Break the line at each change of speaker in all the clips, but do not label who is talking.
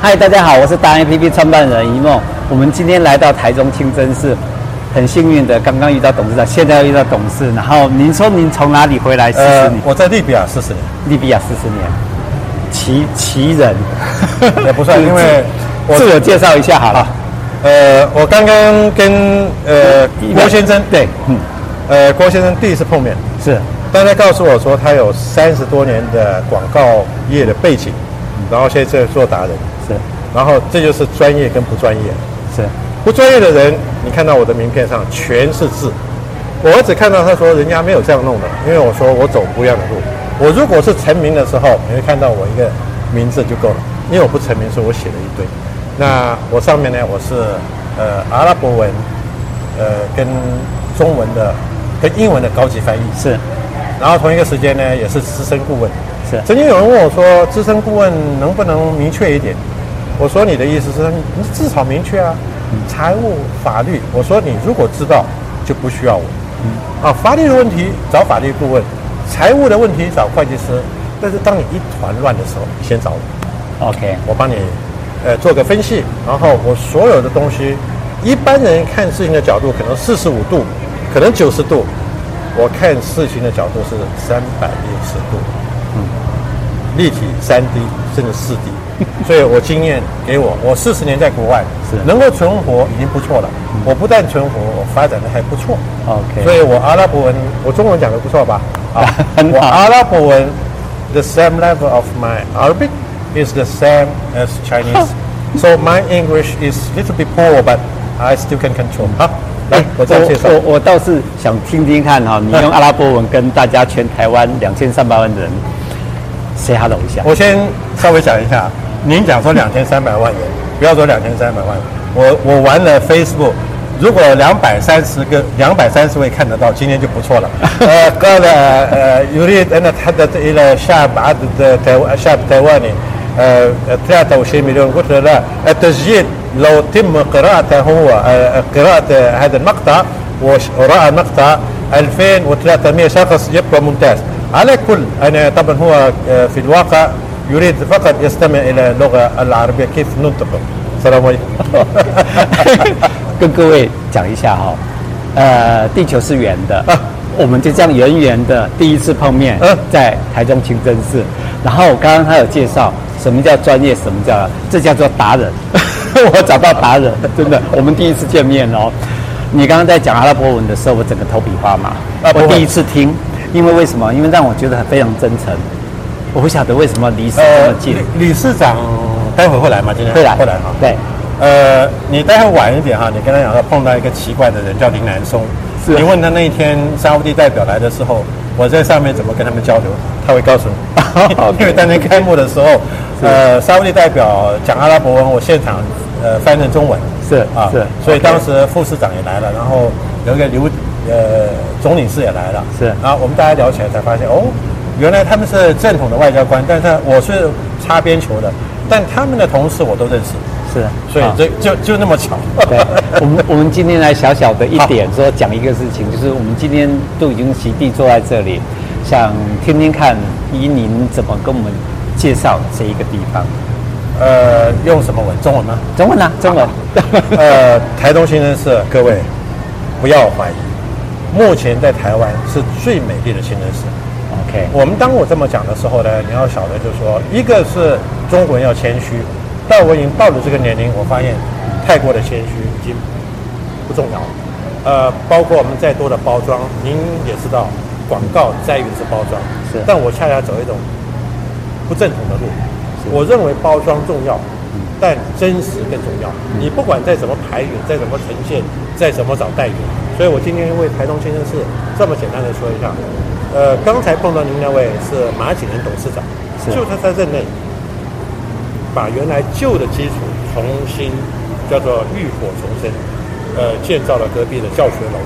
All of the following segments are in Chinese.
嗨，大家好，我是达人 APP 创办人一梦。我们今天来到台中清真寺，很幸运的，刚刚遇到董事长，现在又遇到董事。然后您说您从哪里回
呃
来？四十年，
我在利比亚四十
利比亚四十年，奇奇人，
年， 也不算，因为我啊
自我介绍一下好了。
呃，我刚刚跟呃郭先生
对，嗯，
呃郭先生第一次碰面，
是
但他告诉我说他有三十多年的广告业的背景，然后现在做达人，
是
然后这就是专业跟不专业。
是，
不专业的人，你看到我的名片上全是字。我儿子看到他说人家没有这样弄的，因为我说我走不一样的路。我如果是成名的时候，你会看到我一个名字就够了，因为我不成名，所以我写了一堆。那我上面呢，我是呃阿拉伯文，呃跟中文的跟英文的高级翻译，
是
然后同一个时间呢，也是资深顾问。
是
曾经有人问我说，资深顾问能不能明确一点？我说你的意思是，你至少明确啊，财务、法律。我说你如果知道，就不需要我。啊，法律的问题找法律顾问，财务的问题找会计师。但是当你一团乱的时候，你先找我。
，OK，
我帮你呃做个分析，然后我所有的东西，一般人看事情的角度可能四十五度，可能九十度，我看事情的角度是三百六十度，嗯，立体三 D 甚至四 D，所以我经验给我，我四十年在国外
是
能够存活已经不错了，我不但存活，我发展的还不错
OK
所以我阿拉伯文，我中文讲的不错吧？啊
很好
我阿拉伯文，the same level of my Arabic is the same as Chinese. so my English is little bit poor, but I still can control. 好，来，我再介 绍。
我我我倒是想听听看哈、你用阿拉伯文跟大家全台湾两千三百万人 say hello 一下。
我先稍微讲一下，您讲说两千三百万元，不要说两千三百万，我我玩了 Facebook。如果两百三十个两百三十位看得到，今天就不错了。呃，قال 呃 آه، يريد أن أتحدث إلى شعب عدد تاو- شعب تايواني آه، 23 مليون قلت له لا التسجيل لو تم قراءته هو آه، قراءة هذا المقطع وش- ورأى المقطع 2300 شخص يبقى ممتاز على كل أنا طبعا هو آه، في الواقع يريد فقط يستمع إلى اللغة العربية كيف ننطق السلام عليكم
跟各位讲一下哈、呃，地球是圆的，
啊
我们就这样圆圆的第一次碰面
嗯，
在台中清真寺。然后我刚刚他有介绍什么叫专业，什么叫这叫做达 人，我找到达人，真的，我们第一次见面哦。你刚刚在讲阿拉伯文的时候，我整个头皮发麻，
啊不
我
会
第一次听，因为为什么？因为让我觉得很非常真诚，我不晓得为什么离寺这
呃
么，近。
理理事长待会会来吗？今天
会来
会来哈。
对，
呃，你待会晚一点哈，你跟他讲说碰到一个奇怪的人叫林南松，
是
你问他那一天沙乌地代表来的时候，我在上面怎么跟他们交流，他会告诉你
OK。
因为当年开幕的时候，呃，沙乌地代表讲阿拉伯文，我现场呃翻成中文，啊
是是
所以当时副市长也来了，然后有一个刘呃总领事也来了，
是
然后我们大家聊起来才发现，哦，原来他们是正统的外交官，但是我是擦边球的，但他们的同事我都认识，
是，啊
所以
好
这就就那么巧。
对，我们我们今天来小小的一点说讲一个事情，就是我们今天都已经席地坐在这里，想听听看依您怎么跟我们介绍这一个地方。
呃，用什么文？中文吗？
中文啊，中 文。
呃，台东新生社，各位不要怀疑，目前在台湾是最美丽的新生社。
OK，
我们当我这么讲的时候呢，你要晓得，就是说，一个是中国人要谦虚，但我已经到了这个年龄，我发现太过的谦虚已经不重要了。呃，包括我们再多的包装，您也知道，广告在于是包装，
是
但我恰恰走一种不正统的路。我认为包装重要，
嗯
但真实更重要。你不管再怎么排云，再怎么呈现，再怎么找代言，所以我今天为台东先生是这么简单的说一下。呃，刚才碰到您那位是马景仁董事长，
是
就他在任内，把原来旧的基础重新叫做浴火重生，呃，建造了隔壁的教学楼，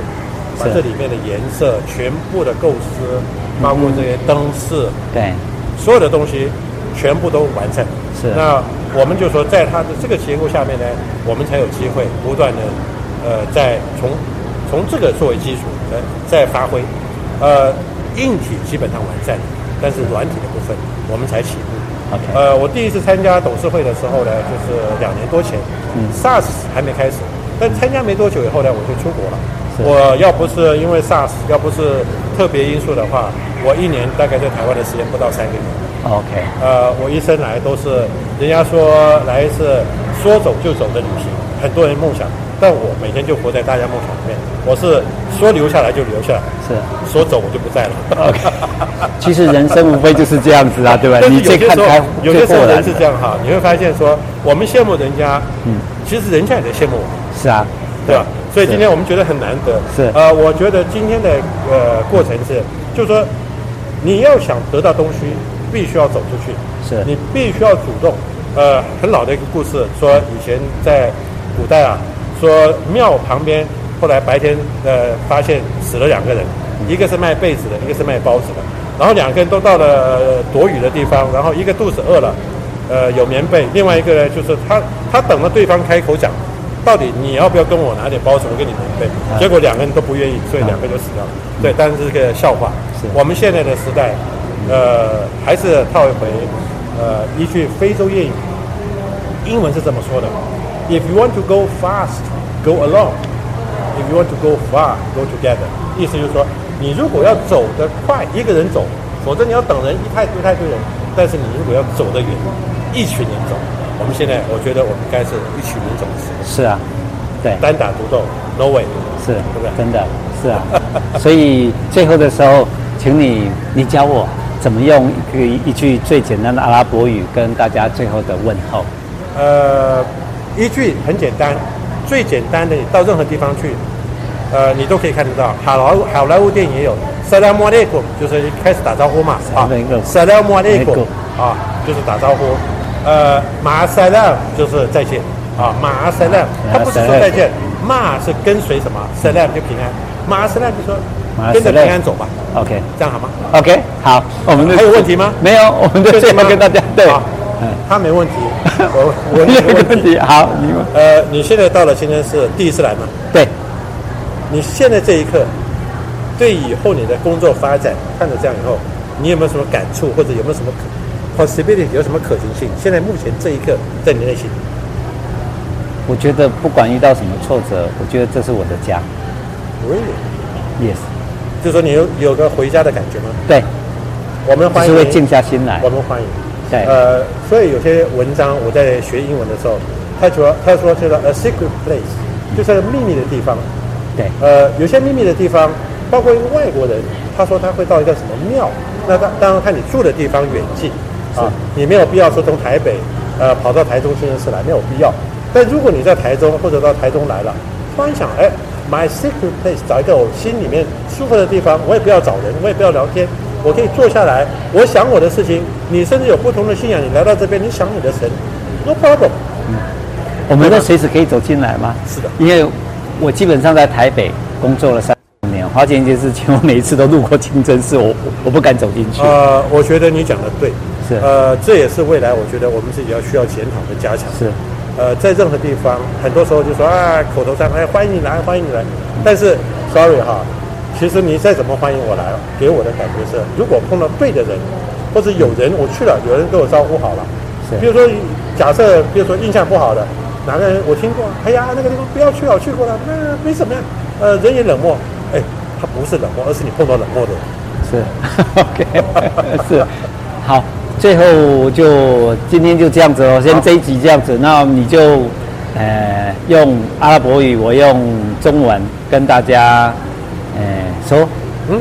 把
是
这里面的颜色全部的构思，包括这些灯饰，
对，
所有的东西全部都完善。
是
那我们就说，在它的这个结构下面呢，我们才有机会不断的，呃，在从从这个作为基础，呃，再发挥。呃，硬体基本上完善，但是软体的部分我们才起步。
OK
呃，我第一次参加董事会的时候呢，就是两年多前、s a r s 还没开始，但参加没多久以后呢，我就出国了。
是
我要不是因为 SARS，要不是特别因素的话，我一年大概在台湾的时间不到三个月。
OK，
呃，我一生来都是人家说来一次说走就走的旅行，很多人梦想，但我每天就活在大家梦想里面。我是说留下来就留下来，
是
说走我就不在了。
OK。其实人生无非就是这样子啊， 对吧？
但是
你
有
最
些
看
时候
开，，
有
最
些时候
豁然
人是这样哈，你会发现说我们羡慕人家，嗯，其实人家也在羡慕我们。
是啊，
对吧？所以今天我们觉得很难得。
是
呃，我觉得今天的呃过程是，就是说，你要想得到东西，必须要走出去，
是
你必须要主动。呃，很老的一个故事，说以前在古代啊，说庙旁边，后来白天呃发现死了两个人，
嗯
一个是卖被子的，一个是卖包子的，然后两个人都到了呃躲雨的地方，然后一个肚子饿了，呃有棉被，另外一个呢就是他他等了对方开口讲，到底你要不要跟我拿点包子，我给你免费？
嗯
结果两个人都不愿意，所以两个就死掉了。对，但是这个笑话
是。
我们现在的时代，呃，还是套一回，呃，一句非洲谚语，英文是这么说的：If you want to go fast, go alone. If you want to go far, go together。意思就是说，你如果要走得快，一个人走，否则你要等人一派一派堆人；但是你如果要走得远，一群人走。我们现在，我觉得我们该是一群人走的时代
是啊，对。
单打独斗，no way。
是
不对，
真的是啊。所以最后的时候，请你你教我怎么用一个一句最简单的阿拉伯语跟大家最后的问候。
呃，一句很简单，最简单的，你到任何地方去，呃，你都可以看得到。好莱坞好莱坞电影也有 s a l a m a l a i k u m 就是一开始打招呼嘛，啊
Assalamualaikum
s a l a m a l a i k u
Alaikum
m 啊，就是打招呼。呃，马塞勒就是再见啊，马塞勒，他不是说再见，马是跟随什么，塞勒就平安，马塞勒就说
马
跟着
Salam
平安走吧，
OK
这样好吗？
OK，好，我们的
还有问 题吗
没有，我们的
对
最后跟大家对，
好
嗯，
他 没问题，我
我
我也
有一
没
个
问
问
题。
题，好，你们
呃，你现在到了清真寺，第一次来吗？
对，
你现在这一刻，对以后你的工作发展看着这样以后，你有没有什么感触，或者有没有什么可 possibility，有什么可行性？现在目前这一刻在你内心，
我觉得不管遇到什么挫折，我觉得这是我的家
，really，
，yes，
就是说你有有个回家的感觉吗？
对，
我们
就
欢
是
迎，
会静下心来
我，们欢迎。
对
呃，所以有些文章我在学英文的时候，他主要他说这个 a secret place，就是秘密的地方。
对，
呃，有些秘密的地方，包括一个外国人，他说他会到一个什么庙，那当当然看你住的地方远近啊，你没有必要说从台北呃跑到台中清真寺来，没有必要。但如果你在台中或者到台中来了，突然想，哎，my secret place，找一个我心里面舒服的地方，我也不要找人，我也不要聊天，我可以坐下来，我想我的事情。你甚至有不同的信仰，你来到这边，你想你的神，no problem。
我们都随时可以走进来吗？
是的
因为我基本上在台北工作了三十年，华姐就是请我每一次都路过清真寺，我我不敢走进去。
呃，我觉得你讲的对，
是
呃，这也是未来我觉得我们自己要需要检讨和加强。
是，
呃，在任何地方，很多时候就说啊，口头上哎欢迎你来，欢迎你来，但是 sorry 哈，其实你再怎么欢迎我来，给我的感觉是，如果碰到对的人，或者有人我去了，有人跟我招呼好了，
是
比如说假设，比如说印象不好的哪个人，我听过，哎呀那个地方不要去啊，去过了，那没怎么样，呃，人也冷漠，哎，他不是冷漠，而是你碰到冷漠的人。
是 ，OK，是，好，最后就今天就这样子哦，先
好
这一集这样子，那你就呃用阿拉伯语，我用中文跟大家呃说，
嗯，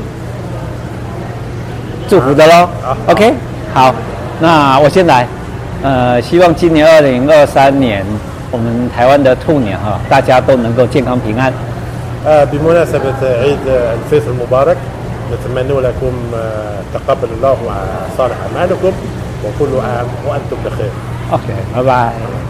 祝福的喽
好。
OK，好，那我先来，呃，希望今年二零二三年我们台湾的兔年哈，大家都能够健康平安。
آه، بمناسبة عيد الفيصل المبارك نتمنى لكم آه، تقبل الله صالح أعمالكم وكل عام وأنتم بخير
OK，拜拜。